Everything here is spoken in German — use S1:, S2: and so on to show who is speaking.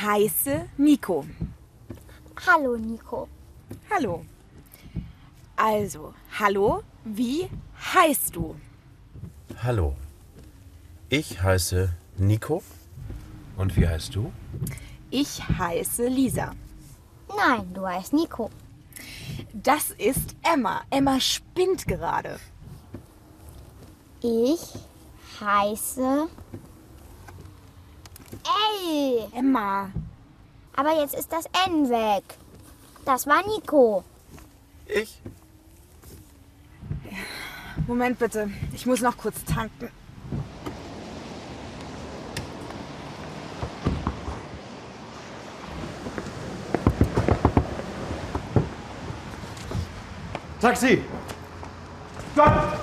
S1: heiße Nico.
S2: Hallo Nico.
S1: Hallo. Also, hallo, wie heißt du?
S3: Hallo. Ich heiße Nico. Und wie heißt du?
S1: Ich heiße Lisa.
S2: Nein, du heißt Nico.
S1: Das ist Emma. Emma spinnt gerade.
S2: Ich heiße. Ey!
S1: Emma.
S2: Aber jetzt ist das N weg. Das war Nico.
S3: Ich?
S1: Moment bitte. Ich muss noch kurz tanken.
S4: Taxi! Gott!